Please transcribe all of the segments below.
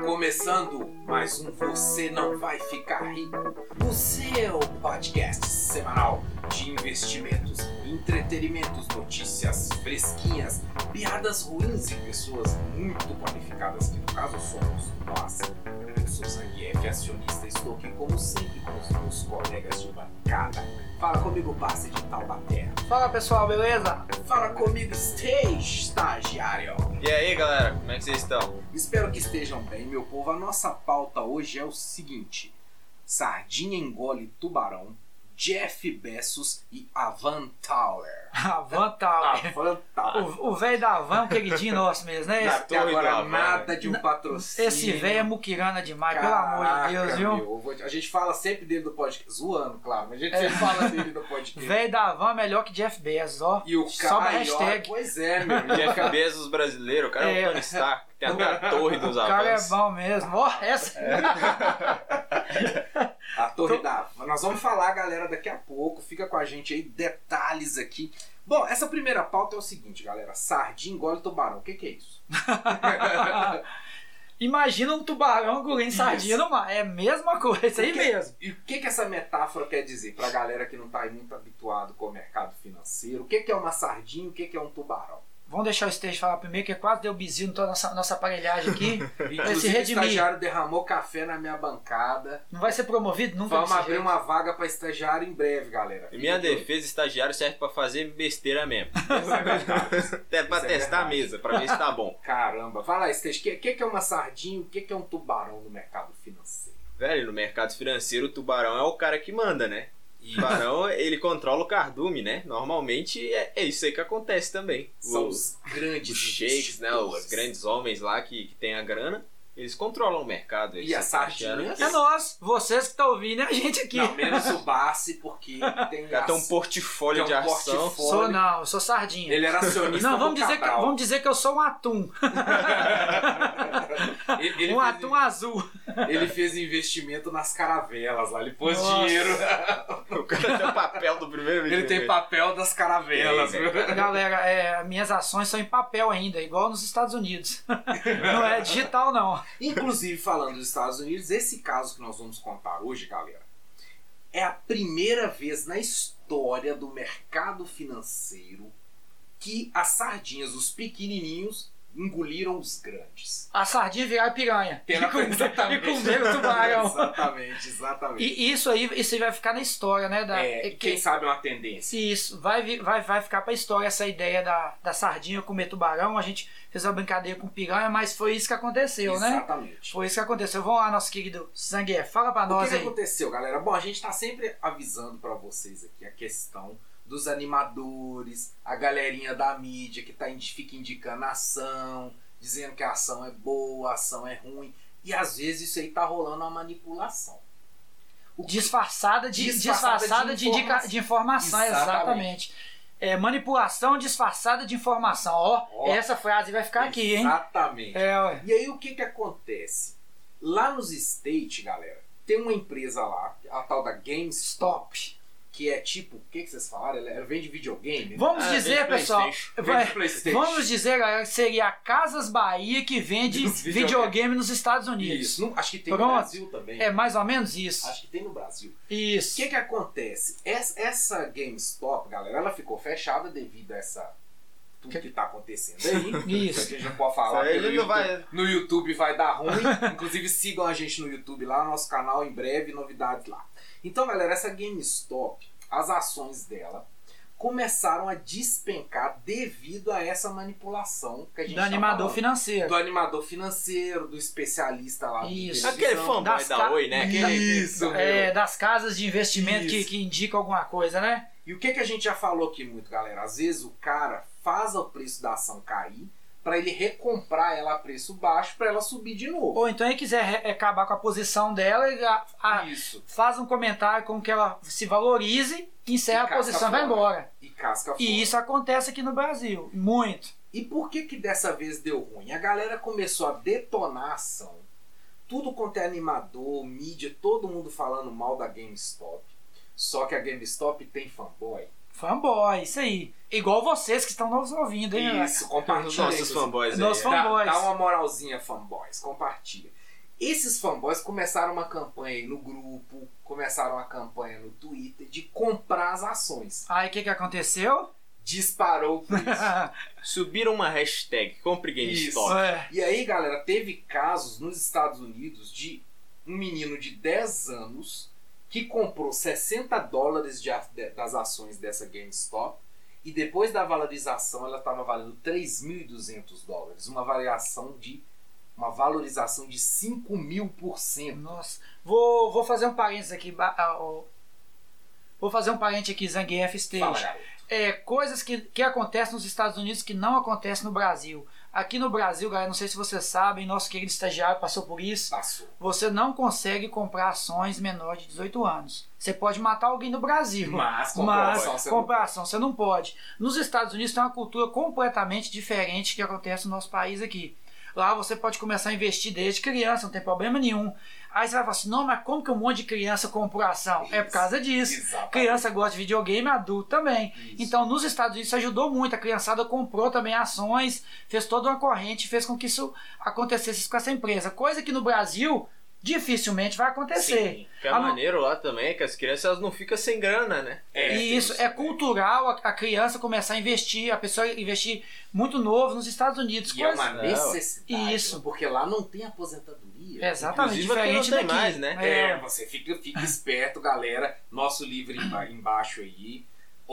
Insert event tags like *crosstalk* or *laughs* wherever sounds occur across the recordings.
começando mais um Você Não Vai Ficar Rico, o seu podcast semanal de investimentos, entretenimentos, notícias fresquinhas, piadas ruins e pessoas muito qualificadas, que no caso somos nós. Eu sou Zangief, acionista, estou aqui como sempre com os meus colegas de bancada. Fala comigo, passe de Taubaté. Fala pessoal, beleza? Fala comigo, stage, estagiário. E aí galera, como é que vocês estão? Espero que estejam bem, meu povo. A nossa pauta hoje é o seguinte: Sardinha engole tubarão, Jeff Bezos e Avan Tower. A Van Tower. Avan *laughs* Tower. O o velho da Van, o queridinho nosso mesmo, né? Esse, Até torre do agora Avan, nada né? de um patrocínio. esse velho é muquirana demais, pelo amor Caraca, de Deus, viu? meu, eu vou te- a gente fala sempre dele no podcast, zoando, claro, mas a gente sempre fala dele no podcast. É. *laughs* Velho da Van é melhor que Jeff Bezos, ó. E o Sobe a cara, hashtag. pois é, meu. E a Jeff cabeça- Bezos brasileiro, o cara é, É. o Tony Stark, tem até a torre dos O cara é avanços. bom mesmo. Ó, essa. A Torre da Ava. Nós vamos falar, galera, daqui a pouco. Fica com a gente aí, detalhes aqui. Bom, essa primeira pauta é o seguinte, galera. Sardinha engole tubarão. O que, que é isso? É. *laughs* Ah. Imagina um tubarão engolindo sardinha no mar. É a mesma coisa, isso aí Que- mesmo. E o que, que essa metáfora quer dizer pra galera que não tá aí muito habituado com o mercado financeiro? O que, que é uma sardinha e o que, que é um tubarão? Vamos deixar o Stage falar primeiro, que é quase deu bizinho na nossa, nossa *laughs* aparelhagem aqui. Inclusive, o É, redimir. estagiário derramou café na minha bancada. Não vai ser promovido nunca. Vamos desse abrir jeito. uma vaga pra estagiário em breve, galera. Em minha Fica de olho. defesa, estagiário serve pra fazer besteira mesmo. Isso é verdade. Até pra Isso é testar a verdade. mesa, pra ver se tá bom. Caramba, vai lá, Estes, o que, que, que é uma sardinha e o que, que é um tubarão no mercado financeiro? Velho, no mercado financeiro, o tubarão é o cara que manda, né? O tubarão, ele controla o cardume, né? Normalmente é, é isso aí que acontece também. São os, os grandes os sheiks, né? investidores. Os grandes homens lá que, que tem a grana, eles controlam o mercado. eles E a são estagiários. sardinha? É nós, vocês que estão ouvindo, é a gente aqui. *laughs* Não, menos o Bassi, porque tem, O cara tem um ação- portfólio tem um de ação. portfólio. Sou não, eu sou sardinha. Ele era acionista Não, do vamos dizer, que, Cabral. vamos dizer que eu sou um atum. *laughs* Ele, ele um fez, atum azul. ele fez investimento nas caravelas lá, ele pôs Nossa. dinheiro. O cara tem o papel do primeiro Ele tem ministro. papel das caravelas. Tem, viu? Galera, é, minhas ações são em papel ainda, igual nos Estados Unidos. *laughs* não é digital, não. *laughs* Inclusive, falando dos Estados Unidos, esse caso que nós vamos contar hoje, galera, é a primeira vez na história do mercado financeiro que as sardinhas, os pequenininhos, engoliram os grandes. A sardinha virar piranha. Pela- E com- e exatamente. comer *laughs* o tubarão. Exatamente, exatamente. E isso aí isso aí vai ficar na história, né? Da, É, é quem, que- sabe é uma tendência. se isso vai, vi- vai, vai ficar pra história essa ideia da, da sardinha comer tubarão. A gente fez uma brincadeira com piranha, mas foi isso que aconteceu, né? Exatamente. Foi isso que aconteceu. Vamos lá, nosso querido Sangue, fala pra O que nós que, aí. aconteceu, galera? Bom, a gente tá sempre avisando pra vocês aqui a questão dos animadores, a galerinha da mídia que tá, indi- fica indicando a ação, dizendo que a ação é boa, a ação é ruim. E às vezes isso aí tá rolando uma manipulação. O que- Disfarçada de, Disfarçada disfarçada de de, indica- informação. de informação, Exatamente. exatamente. É, manipulação disfarçada de informação. Ó, Ó. essa frase vai ficar aqui, hein? Exatamente. É, ué. E aí o que que acontece? Lá nos States, galera, tem uma empresa lá, a tal da GameStop, Stop. que é tipo, o que que vocês falaram? Ela ela vende videogame? né? Vamos Ah, dizer, vende pessoal. PlayStation. Vende vai- PlayStation. vamos dizer, galera, que seria a Casas Bahia que vende Dos *laughs* videogame. videogame. nos Estados Unidos. Isso. Não, acho que tem no Pronto. Brasil também. É mais ou menos isso. Acho que tem no Brasil. O Isso. que que acontece? Essa, essa GameStop, galera, ela ficou fechada devido a essa tudo que tá acontecendo aí. Isso. A gente não pode falar. Isso aí porque ele no não vai- YouTube- No YouTube vai dar ruim. *laughs* Inclusive sigam a gente no YouTube lá, nosso canal em breve, novidades lá. Então, galera, essa GameStop, as ações dela começaram a despencar devido a essa manipulação que a gente Do tá animador falando. financeiro. do animador financeiro, do especialista lá. de Isso. televisão. Aquele fanboy Das da ca- Oi, né? Aquele... Isso, meu. É, das casas de investimento que, Isso. que indicam alguma coisa, né? E o que, que a gente já falou aqui muito, galera? Às vezes o cara faz o preço da ação cair pra ele recomprar ela a preço baixo pra ela subir de novo. Ou então ele quiser re- acabar com a posição dela, ele a- a- Isso. faz um comentário como que ela se valorize, E encerra a casca posição e vai fora. embora. E casca fora. E isso acontece aqui no Brasil. Muito. E por que que dessa vez deu ruim? A galera começou a detonar a ação. Tudo quanto é animador, mídia, todo mundo falando mal da GameStop. Só que a GameStop tem fanboy. Fanboy, isso aí. Igual vocês que estão nos ouvindo, hein? Isso, compartilha. Nossos isso. fanboys aí. Nossos é. fanboys. Dá, dá uma moralzinha, fanboys. Compartilha. Esses fanboys começaram uma campanha aí no grupo, começaram uma campanha no Twitter de comprar as ações. Aí o que, que aconteceu? Disparou o preço. *laughs* Subiram uma hashtag, compre GameStop. É. E aí, galera, teve casos nos Estados Unidos de um menino de 10 anos que comprou 60 dólares de a- de- das ações dessa GameStop e depois da valorização ela estava valendo 3.200 dólares, uma variação de uma valorização de 5 mil por cento. É. Nossa, vou, vou fazer um parênteses aqui. ba- ah, ó. Vou fazer um parênteses aqui, Zangief Fala, Stage. garoto. É, coisas que, que acontecem nos Estados Unidos que não acontecem no Brasil. Aqui no Brasil, galera, não sei se vocês sabem, nosso querido estagiário passou por isso. Passou. Você não consegue comprar ações menor de 18 anos. Você pode matar alguém no Brasil. Mas, Mas comprovação, você não- compração você não pode. Nos Estados Unidos tem uma cultura completamente diferente que acontece no nosso país aqui. Lá você pode começar a investir desde criança, não tem problema nenhum. Aí você vai falar assim: não, mas como que um monte de criança comprou ação? É por Isso. causa disso. Exatamente. Criança gosta de videogame, adulto também. Isso. Então, nos Estados Unidos, isso ajudou muito. A criançada comprou também ações, fez toda uma corrente, fez com que isso acontecesse com essa empresa. Coisa que no Brasil dificilmente vai acontecer. Sim. Que é Ah, não- maneiro lá também, é que as crianças elas não ficam sem grana, né? É, tem e isso é cultural a, a criança começar a investir, a pessoa investir muito novo nos Estados Unidos. E é coisa- uma necessidade. Isso. né? Porque lá não tem aposentadoria. Exatamente, Inclusive, aqui diferente não tem daqui. mais, né? É, você fica, *laughs* fica esperto, galera. Nosso livro emba- embaixo aí.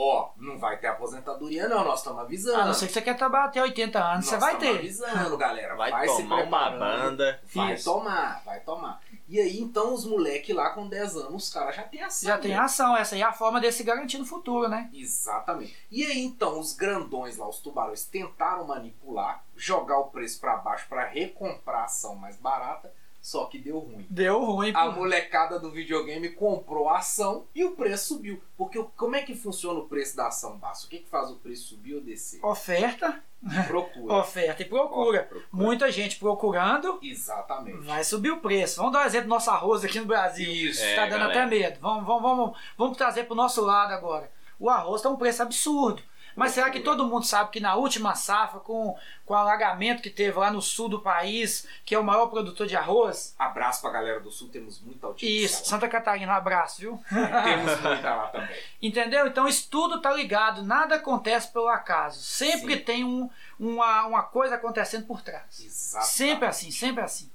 Ó, não vai ter aposentadoria, não. Nós estamos avisando. A Ah, não ser que você quer trabalhar até 80 anos, Nós você vai estamos ter. avisando, galera. Vai, se tomar uma preparando. banda. Vai Isso. tomar, vai tomar. E aí, então, os moleque lá com 10 anos, os caras já tem ação. Já tem né? ação, essa aí é a forma desse garantir no futuro, né? Exatamente. E aí então os grandões lá, os tubarões, tentaram manipular, jogar o preço pra baixo pra recomprar a ação mais barata, só que deu ruim. Deu ruim. A pô. molecada do videogame comprou a ação e o preço subiu. Porque o- como é que funciona o preço da ação, Basso? O que, que faz o preço subir ou descer? Oferta, Procura. oferta e procura. Muita gente procurando, Exatamente. vai subir o preço. Vamos dar um exemplo do nosso arroz aqui no Brasil. Isso. É, tá dando galera. até medo. Vamos, vamos, vamos, vamos trazer pro nosso lado agora. O arroz tá um preço absurdo. Mas será que todo mundo sabe que na última safra, com, com o alagamento que teve lá no sul do país, que é o maior produtor de arroz? Abraço pra galera do Sul, temos muita audiência. Isso, lá. Santa Catarina, um abraço, viu? *laughs* Temos muita lá *laughs* também. Entendeu? Então isso tudo tá ligado, nada acontece pelo acaso. Sempre Sim. tem um, uma, uma coisa acontecendo por trás. Exatamente. Sempre assim, sempre assim.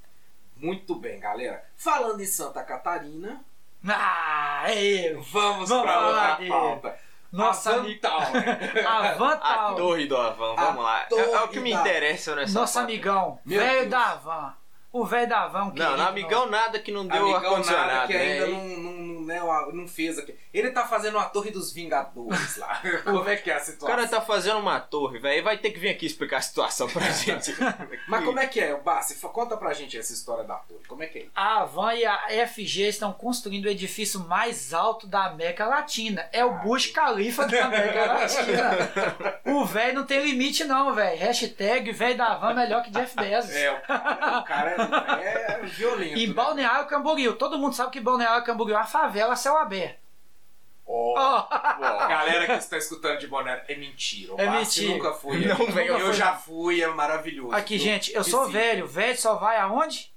Muito bem, galera. Falando em Santa Catarina, Ah, é eu. Vamos, Vamos pra falar outra dele. pauta. Nossa, a ami- Vantal, *laughs* né? a Van A Town. torre do Avan, A vamos lá. É- É o que me torre da- interessa nessa Nosso pauta. amigão, Meu Deus. velho da van. O velho da van, um Não, querido no amigão nada que não deu Amigão nada ar-condicionado, que né? ainda não, não, não, né, ó, não fez aqui. Ele tá fazendo a Torre dos Vingadores *laughs* lá. Como é que é a O situação? cara tá fazendo uma torre, velho. Vai ter que vir aqui explicar a *laughs* situação pra gente. *laughs* Mas como é que é, Bassi? Fa- Conta pra gente essa história da torre. Como é que é? A Havan e a FG estão construindo o edifício mais alto da América Latina. É o Bush Khalifa da América Latina. O velho não tem limite, não, velho. Hashtag velho da Havan melhor que Jeff Bezos. É, o cara, o cara é, é violento. E né? Balneário Camboriú. Todo mundo sabe que Balneário Camboriú é uma favela a céu aberto. Ó, Ó, ó, galera que está escutando de boné, é mentira. O É Bassi mentira. nunca fui. Não, eu velho, eu nunca fui. já fui, é maravilhoso. Aqui, Eu- gente, eu sou visita. velho. Velho só vai aonde?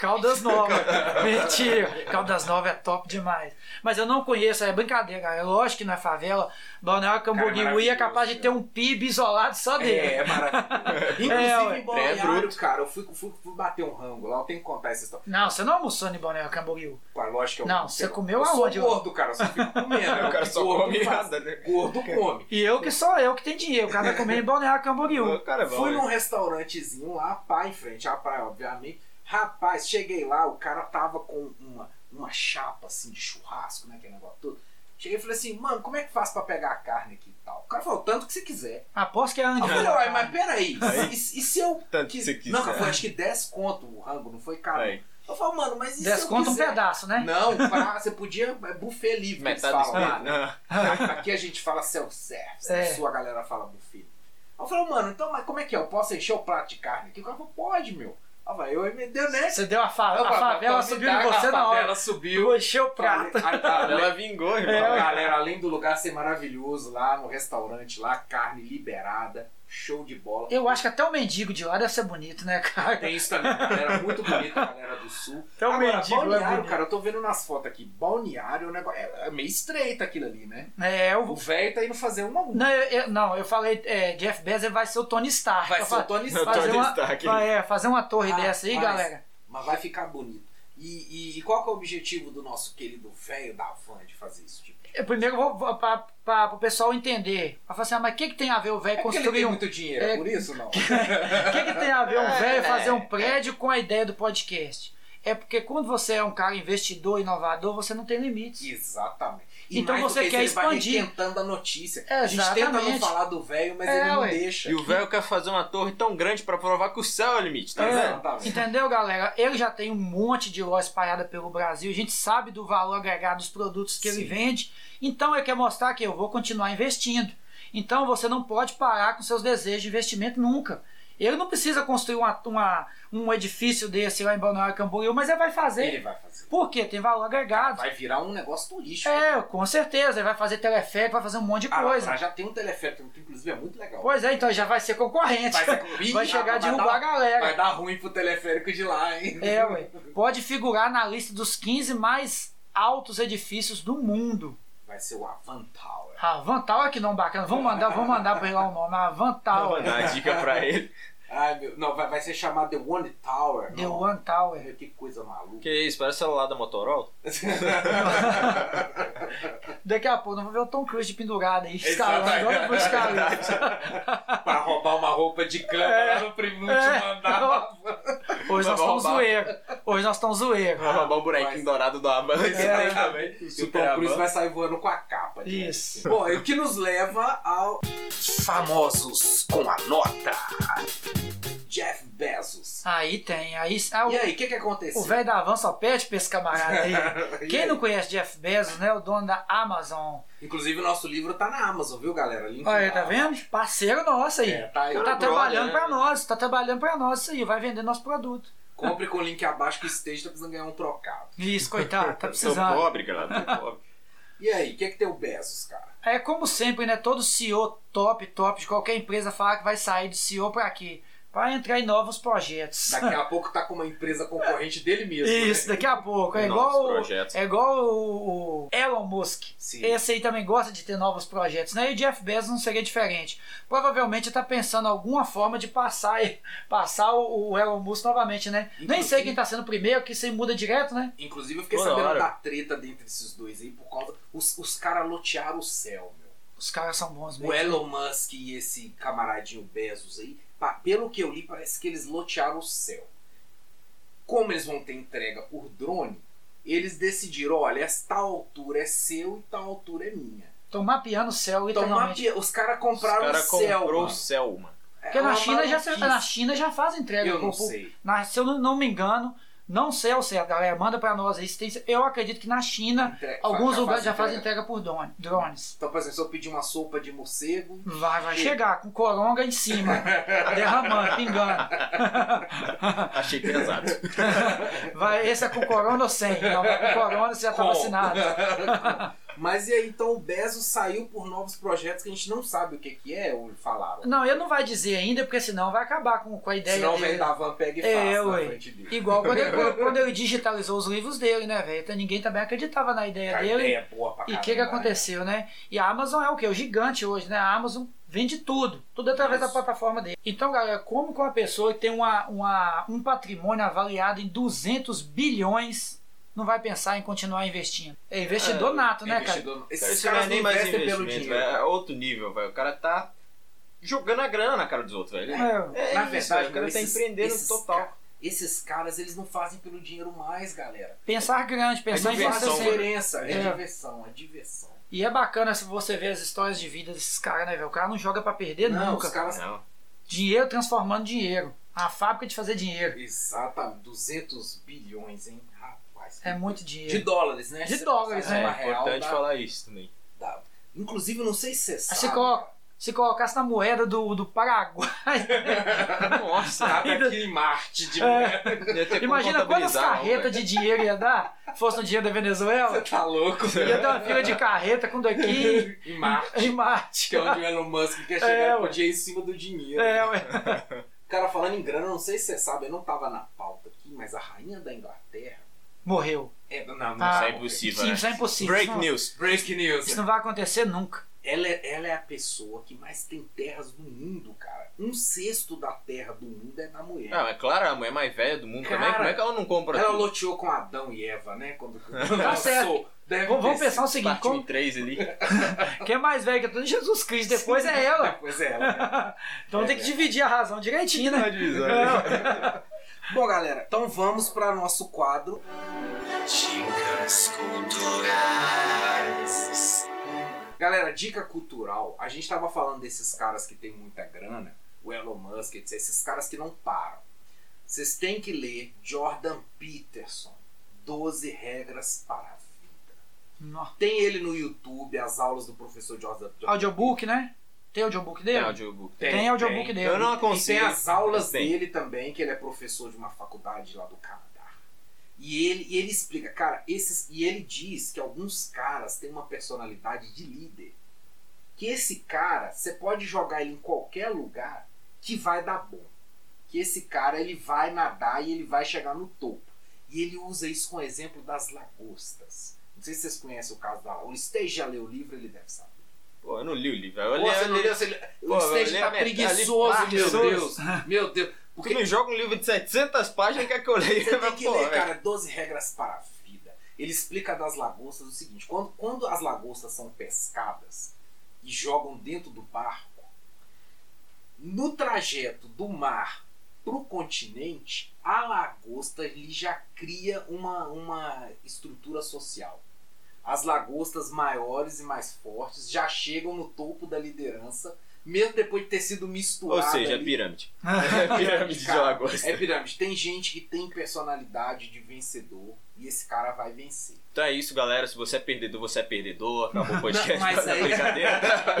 *laughs* Caldas Novas. Mentira. Caldas Novas é top demais. Mas eu não conheço, é brincadeira, cara. É Lógico que na favela, Balneário Camboriú maravilhoso, né? é capaz de ter um PIB isolado só É, dele. *laughs* é maravilhoso. É, Inclusive, ué. em Balneário, Pedro. cara, eu fui, fui, fui bater um rango lá, eu tenho que contar essa história. Não, você não almoçou em Balneário Camboriú. Pô, lógico que eu Não, você comeu eu aonde, Eu sou ó? gordo, cara, eu só fico *laughs* comendo. O cara só Gordo come faz- nada, né? *laughs* Gordo come. E eu que sou eu que tenho dinheiro. O cara vai comer em *laughs* Balneário Camboriú. O cara é bom, Fui né? num restaurantezinho lá, pá, em frente à praia, obviamente. Rapaz, cheguei lá, o cara tava com uma, uma chapa assim de churrasco, né? Aquele negócio todo. Cheguei e falei assim, mano, como é que faz pra pegar a carne aqui e tal? O cara falou, tanto que você *laughs* quiser. Aposto que é Eu Andy. falei, uai, Ah, mas peraí, Aí. e, e se eu. Tanto que você quiser. Não, cara, foi acho que 10 conto o rango, não foi caro. Aí. Eu falo, mano, mas e se eu Desconta um quiser? pedaço, né? Não, pra- você podia é buffet livre, que eles Metade do falam lá, espírito. né? Não. Aqui a gente fala self-service, É. a sua galera fala buffet. Aí eu falei, mano, então, mas como é que é? Eu posso encher o prato de carne aqui? O cara falou, pode, meu. Aí eu falei, eu me deu, né? Você deu a, fa Eu a falei, favela "Então me subiu dá em a você na hora. É, favela subiu. *laughs* Eu enchei o prato. Aí, tá, né? Ela vingou, irmão. Galera, além do lugar ser maravilhoso lá no restaurante, lá, carne liberada, Show de bola. Eu acho que até o mendigo de lá deve ser bonito, né, cara? Tem isso também, galera muito bonita, galera do sul. Até o Agora, mendigo é balneário, bonito. cara, eu tô vendo nas fotos aqui. Balneário é, um negócio, é é meio estreito aquilo ali, né? É, O eu, velho tá indo fazer uma a uma. não, eu, eu- não, eu falei, é, Jeff Bezos vai ser o Tony Stark. Vai Eu ser o falo- Tony O Stark. fazer Tony uma- Stark. Ah, é, fazer uma torre Ah, dessa aí, mas- galera. Mas vai ficar bonito. E, e- e qual que é o objetivo do nosso querido velho da van de fazer isso? Tipo? Eu primeiro vou, vou pra, pra, pro pessoal entender. Pra falar assim, ah, mas o que, que tem a ver o velho É porque ele construir tem um. O muito dinheiro, é- por isso *laughs* não? que, que tem a ver um É, velho né? fazer um prédio com a ideia do podcast? É porque quando você é um cara investidor, inovador, você não tem limites. Exatamente. E Então mais do você que isso, quer ele vai expandir. requentando a notícia. É, a gente tenta não exatamente. falar do velho, mas É, ele não ué. deixa. E o velho quer fazer uma torre tão grande pra provar que o céu é o limite, tá vendo? Exatamente. Entendeu, galera? Ele já tem um monte de loja espalhada pelo Brasil. A gente sabe do valor agregado dos produtos que ele Sim. vende. Então, ele quer mostrar que eu vou continuar investindo. Então, você não pode parar com seus desejos de investimento nunca. Ele não precisa construir uma- uma- um edifício desse lá em Balneário Camboriú, mas ele vai Ele fazer. vai fazer. Por quê? Tem valor agregado. Vai virar um negócio turístico. É, com certeza. Ele vai fazer teleférico, vai fazer um monte de Ah, coisa. lá já tem um teleférico, que inclusive é muito legal. Pois é, então já vai ser concorrente. Vai ser- Ih, *laughs* Vai chegar a rapaz, vai derrubar a dar- galera. Vai dar ruim pro teleférico de lá, hein? É, ué. Pode figurar na lista dos 15 mais altos edifícios do mundo. Vai ser o Avan Tower. A Vantal é que não bacana. Vamos mandar, vamos mandar pra ele lá o nome. A Ah, Vou Vantal. mandar uma dica pra ele. Ai, meu... Não, vai, vai ser chamado The One Tower. The Não. One Tower. Que coisa maluca. *laughs* Que isso, parece o celular da Motorola. Daqui a pouco nós vamos ver o Tom Cruise pendurado aí, escalando. Exatamente. Vamos pro escalando. *laughs* pra roubar uma roupa de cama lá no primeiro te É. *laughs* mandar. Hoje nós Vai estamos roubar. zoeiros. Hoje nós estamos zoeiros. Vai roubar um bonequinho Mas- dourado do Aban. Isso É. daí também. E o Tá Tom Cruise vai sair voando com a capa. né? Isso. Bom, e o que nos leva ao Famosos com a Nota. Jeff Bezos. Aí tem. Aí, ah, E é aí, o que, que o aconteceu? o velho da van só pede pra esse camarada *laughs* aí. E Quem aí? não conhece Jeff Bezos, né? O dono da Amazon. Inclusive, o nosso livro tá na Amazon, viu, galera? Link Olha, aí, na tá vendo? Parceiro nosso aí. É, tá aí. Tá Brother, trabalhando né? pra nós, tá trabalhando pra nós isso aí, vai vender nosso produto. Compre com o link abaixo que esteja, tá precisando ganhar um trocado. Isso, coitado, *laughs* tá Sou precisando. pobre, galera. É Sou pobre. E aí, o que é que tem o Bezos, cara? É como sempre, né? Todo CEO top, top de qualquer empresa fala que vai sair do CEO pra quê? Pra entrar em novos projetos. Daqui a pouco tá com uma empresa concorrente dele mesmo. *laughs* Isso, né? daqui a pouco. É Novos igual, o- projetos. é igual o, o Elon Musk. Sim. Esse aí também gosta de ter novos projetos, né? E o Jeff Bezos não seria diferente. Provavelmente está pensando em alguma forma de passar, *laughs* passar o, o Elon Musk novamente, né? Nem sei Inclusive- quem está sendo o primeiro, que isso aí muda direto, né? Inclusive, eu fiquei Toda sabendo hora. da treta dentre esses dois aí por causa. Os, os caras lotearam o céu, meu. Os caras são bons mesmo. O Elon Musk e esse camaradinho Bezos aí, pa- pelo que eu li, parece que eles lotearam o céu. Como eles vão ter entrega por drone, eles decidiram: olha, esta altura é seu e tal altura é minha. Estão mapeando o céu, Então, literalmente. mapea- os caras Os compraram cara o céu. comprou o mano. céu, mano. É Porque na uma China, já, tá maluquice. na China né? já faz entrega. Eu não Por- por- sei. na- se eu não, não me engano, não sei ao certo, galera. Manda pra nós aí. se tem- Eu acredito que na China, Entrega- alguns lugares já entrega. fazem entrega por drone- drones. Então, por exemplo, se eu pedir uma sopa de morcego. Vai, vai Sim. chegar com coronga *laughs* em cima, derramando, pingando. Achei pesado. Vai, esse é com corona ou sem? Não, vai com corona você já tá com. vacinado. *laughs* Mas e aí, então o Bezos saiu por novos projetos que a gente não sabe o que, que é, ou falaram. Não, ele não vai dizer ainda, porque senão vai acabar com, com a ideia Senão dele. vem da van, pega e faz É, na ué. frente dele. Igual quando ele, quando- quando ele digitalizou os livros dele, né, velho? Então, Ninguém também acreditava na ideia A dele. ideia é boa pra E o caramba, que, que né? aconteceu, né? E a Amazon é o que? O gigante hoje, né? A Amazon vende tudo, tudo através Isso. da plataforma dele. Então, galera, como que uma pessoa que tem uma, uma- um patrimônio avaliado em 200 bilhões não vai pensar em continuar investindo? É investidor É, nato, né, cara? Investidor- *laughs* Esses Isso não caras é não nem mais investem pelo investimento, dinheiro. velho. É outro nível, velho. O cara tá jogando a grana na cara dos outros, velho. É, É Na isso, verdade, velho. o cara tá esses- empreendendo esses total. ca- esses caras, eles não fazem pelo dinheiro mais, galera. pensar grande, pensar em Eles fazem diversão, você. né? diferença. É, É. diversão, é diversão. E é bacana se você ver as histórias de vida desses caras, né, velho? O cara não joga pra perder não, nunca. os caras... Não. Dinheiro transformando dinheiro. A fábrica de fazer dinheiro. Exatamente, 200 bilhões, hein? Rapaz. É muito De dinheiro. dólares, né? De Se dólares, passar né? uma É real, importante dá- falar isso também. dá- Inclusive, eu não sei se você sabe. coloca- cara, se colocasse na moeda do, do Paraguai. *laughs* Nossa, Sabe aqui em Marte de É. merda. ia ter como Imagina quantas contabilizar, não, carretas de dinheiro ia dar, fosse no dinheiro *laughs* da Você Venezuela. tá louco? Ia dar uma fila de carreta com daqui Em Marte. Que em Marte. é onde o Elon Musk quer chegar, É, ele ué. podia ir em cima do dinheiro. É, ué. Cara, falando em grana, não sei se você sabe, eu não tava na pauta aqui, mas a rainha da Inglaterra. Morreu. É, não, não Ah, Isso é sei. impossível, Sim, né? isso é impossível. Break isso não- news. Break news. Isso não vai acontecer nunca. Ela é, ela é a pessoa que mais tem terras do mundo, cara. Um sexto da terra do mundo é da mulher. Não, é claro, a mulher mais velha do mundo também. Cara, Como é que ela não compra ela tudo? loteou com Adão e Eva, né? Quando tá certo. Deve Vamos, vamos ter pensar o seguinte: Parte como, 3 ali. quem é mais velho que eu tô? Jesus Cristo, sido- depois é ela. Depois é ela. né? Então É, tem que é. dividir a razão direitinho, é né? divisória. Bom, galera, então vamos para nosso quadro. Dicas culturais. Galera, dica cultural. A gente tava falando desses caras que tem muita grana, o Elon Musk, etc. Esses caras que não param. Vocês têm que ler Jordan Peterson, 12 regras para a vida. Não. Tem ele no YouTube, as aulas do professor Jordan Peterson. Audiobook, né? Tem audiobook Tem dele? audiobook. Tem audiobook dele. Eu não E tem aconselho. as aulas Tem. dele também, que ele é professor de uma faculdade lá do Canadá. E ele, e ele explica, cara, esses. E ele diz que alguns caras têm uma personalidade de líder. Que esse cara, você pode jogar ele em qualquer lugar que vai dar bom. Que esse cara, ele vai nadar e ele vai chegar no topo. E ele usa isso com o exemplo das lagostas. Não sei se vocês conhecem o caso da lagosta. O Esteja já leu o livro, ele deve saber. Pô, eu não li o livro. Eu li, Pô, você eu não li, leu, você leu. Pô, O Esteja tá eu li a metade, ah, preguiçoso, li meu parte Deus. Meu Deus. Tu me joga um livro de 700 páginas que é que eu leio. Você tem que Pô, é. ler, velho. cara, 12 regras para a vida. Ele explica das lagostas o seguinte: quando, quando as lagostas são pescadas e jogam dentro do barco, no trajeto do mar para o continente, a lagosta ele já cria uma, uma estrutura social. As lagostas maiores e mais fortes já chegam no topo da liderança, mesmo depois de ter sido Ou misturada. seja, é ali pirâmide. É pirâmide de Cara, lagosta. é pirâmide. Tem gente que tem personalidade de vencedor e esse cara vai vencer. Então é isso, galera. Se você é perdedor, você é perdedor. Acabou o podcast. Não, mas é. tá aí- *laughs* brincadeira.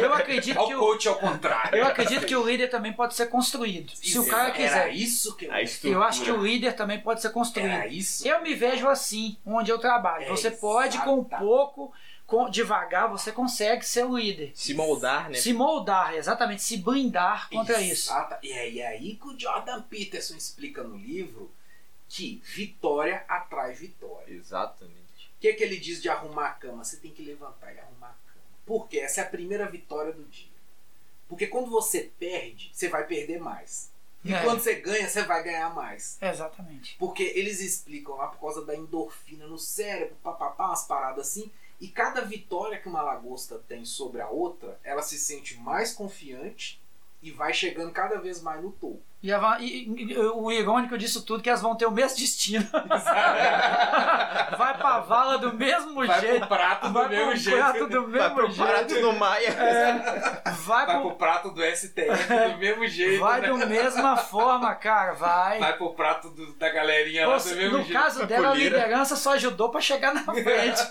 *laughs* *laughs* Eu acredito que Olha o o, coach ao contrário. eu acredito que o líder também pode ser construído. Se o cara Era quiser. isso que eu... A estrutura. Eu acho que o líder também pode ser construído. Era isso? Eu me vejo assim, onde eu trabalho. É, Você pode, com um exata- pouco, com, devagar, você consegue ser o líder. Se É moldar, né? Se moldar, exatamente, se blindar contra isso. Exata- E é e é aí que o Jordan Peterson explica no livro que vitória atrai vitória. Exatamente. O que, é que ele diz de arrumar a cama? Você tem que levantar e arrumar a cama. Porque essa é a primeira vitória do dia. Porque quando você perde, você vai perder mais. E É, quando você ganha, você vai ganhar mais. Exatamente. Porque eles explicam lá por causa da endorfina no cérebro, papapá, umas paradas assim. E cada vitória que uma lagosta tem sobre a outra, ela se sente mais confiante e vai chegando cada vez mais no *laughs* topo. E, a va- e- e- e- o irônico disso tudo é que elas vão ter o mesmo destino. *laughs* Vai pra vala do mesmo jeito. prato Vai pro prato do Vai mesmo pro jeito. prato no Maia. Vai, Vai pro, pro prato do STF do mesmo jeito. vai né? do mesma forma, cara. Vai. Vai pro prato do- da galerinha lá Ou do se- mesmo no jeito. caso dela, a Colheira. liderança só ajudou pra chegar na frente.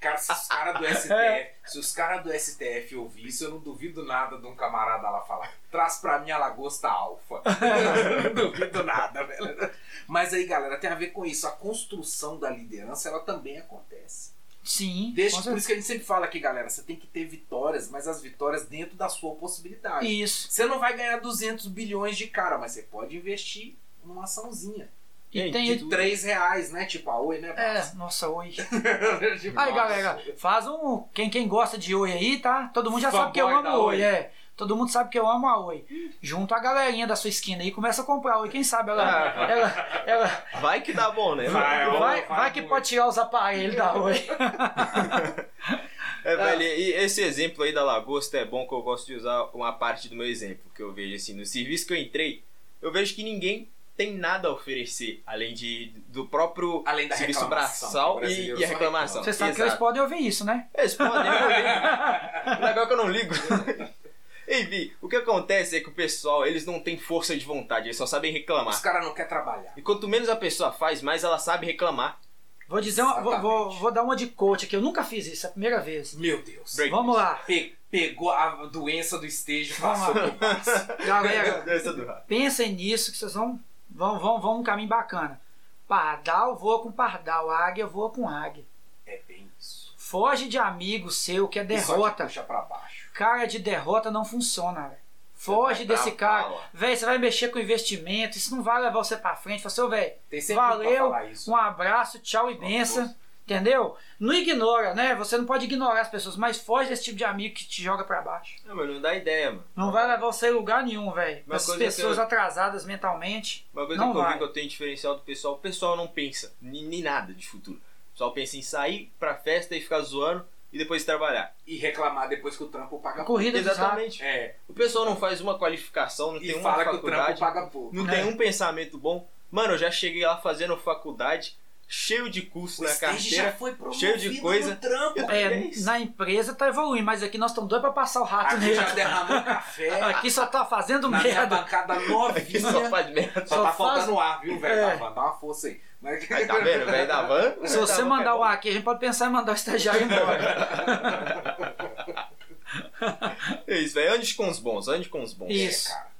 Cara, se *laughs* os caras É. do STF, se os caras do STF ouvir isso, eu não duvido nada de um camarada lá falar. Traz pra mim a lagosta alfa. *laughs* Eu não duvido nada, velho. Mas aí, galera, tem a ver com isso. A construção da liderança, ela também acontece. Sim. Desde, com por isso que a gente sempre fala aqui, galera, você tem que ter vitórias, mas as vitórias dentro da sua possibilidade. Isso. Você não vai ganhar 200 bilhões de cara, mas você pode investir numa açãozinha. E Gente, tem. De 3 reais, né? Tipo a Oi, né? É, nossa, oi. *laughs* Tipo, Aí, nossa. galera, faz um. Quem, quem gosta de oi aí, tá? Todo mundo já sabe que eu Fanboy amo da oi, Oi. é. Todo mundo sabe que eu amo a oi. Junta a galerinha da sua esquina aí e começa a comprar oi. Quem sabe ela. Ah. ela, ela Vai que dá bom, né? Vai, ó, vai, vai que muito. pode tirar os aparelhos da *laughs* oi. É, velho, e esse exemplo aí da lagosta é bom que eu gosto de usar uma parte do meu exemplo, que eu vejo assim, no serviço que eu entrei, eu vejo que ninguém tem nada a oferecer, além de, do próprio Além da serviço reclamação, que o braçal e, brasileiro e a só reclamação. Você sabe que eles Exato. podem ouvir isso, né? Eles podem, eu *laughs* ligo. O legal é que eu não ligo. *laughs* Enfim, o que acontece é que o pessoal, eles não têm força de vontade, eles só sabem Os reclamar. caras não querem trabalhar. E quanto menos a pessoa faz, mais ela sabe reclamar. Vou dizer, uma- vou, vou- Exatamente. vou dar uma de coach aqui. Eu nunca fiz isso, é a primeira vez. Meu Deus. Break. Vamos lá. Pe- pegou a doença do estejo e *laughs* Vamos passou lá. pro passe. *laughs* Galera, Dança do rato. pensem nisso que vocês vão, vão, vão, vão um caminho bacana. Pardal voa com pardal, águia voa com águia. É bem isso. Foge de amigo seu que é Isso aqui derrota. Puxa pra baixo. Cara de derrota não funciona, velho. Foge Você vai desse dar cara. bala. Véi, você vai mexer com investimento, isso não vai levar você pra frente. Fala assim, ô, véi, Tem sempre um pra valeu, falar isso. um abraço, tchau e benção. Entendeu? Não ignora, né? Você não pode ignorar as pessoas, mas foge desse tipo de amigo que te joga pra baixo. Não, mas não dá ideia, mano. Não vai levar você a lugar nenhum, velho. Uma Essas coisa que pessoas eu- atrasadas mentalmente. Uma coisa Não que eu vai. vi que eu tenho diferencial do pessoal, o pessoal não pensa ni- nem nada de futuro. O pessoal pensa em sair pra festa e ficar zoando e depois trabalhar. E reclamar depois que o trampo paga A corrida dos ratos. Exatamente. É. O pessoal não faz uma qualificação, não E tem uma fala que o trampo faculdade, paga pouco. não É. tem um pensamento bom. Mano, eu já cheguei lá fazendo faculdade, cheio de curso O na estejo já carteira. *laughs* foi promovido cheio de coisa. no trampo. É É, isso. na empresa tá evoluindo, mas aqui nós estamos doidos pra passar o *laughs* rato Aqui nele. já derramou um café. Aqui só tá fazendo na minha merda. *laughs* bancada Que só novinha. faz merda. Só, Só tá faz- faltando ar, viu, velho? É. Dá uma força aí. Mas- Aí tá vendo, velho da van. Se você mandar o ar aqui, a gente pode pensar em mandar o estagiário embora. É isso, velho. Ande com os bons, ande com os bons. É, Isso. cara.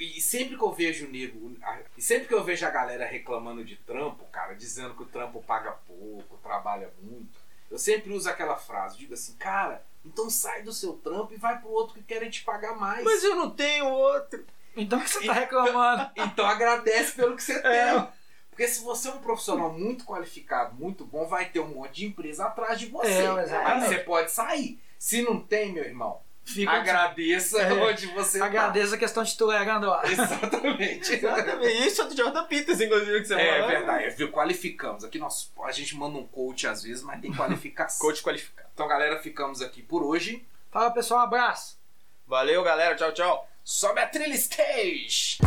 E sempre que eu vejo o nego, a- e sempre que eu vejo a galera reclamando de trampo, cara, dizendo que o trampo paga pouco, trabalha muito, eu sempre uso aquela frase, digo assim, cara, então sai do seu trampo e vai pro outro que querem te pagar mais. Mas eu não tenho outro. Então que você tá reclamando. Então agradece pelo que você tem. É. Porque se você é um profissional muito qualificado, muito bom, vai ter um monte de empresa atrás de você. É, Aí exatamente. você pode sair. Se não tem, meu irmão, Fica agradeça É. onde você tá. Agradeço a questão de tolerando lá. *laughs* Exatamente. Exatamente. Isso é do Jordan Peters, inclusive, que você É falou. verdade, viu? Qualificamos. Aqui nós, a gente manda um coach às vezes, mas tem qualificação. *laughs* Coach qualificado. então, galera, ficamos aqui por hoje. Fala pessoal, um abraço. Valeu, galera. Tchau, tchau. Sobe a trilha stage!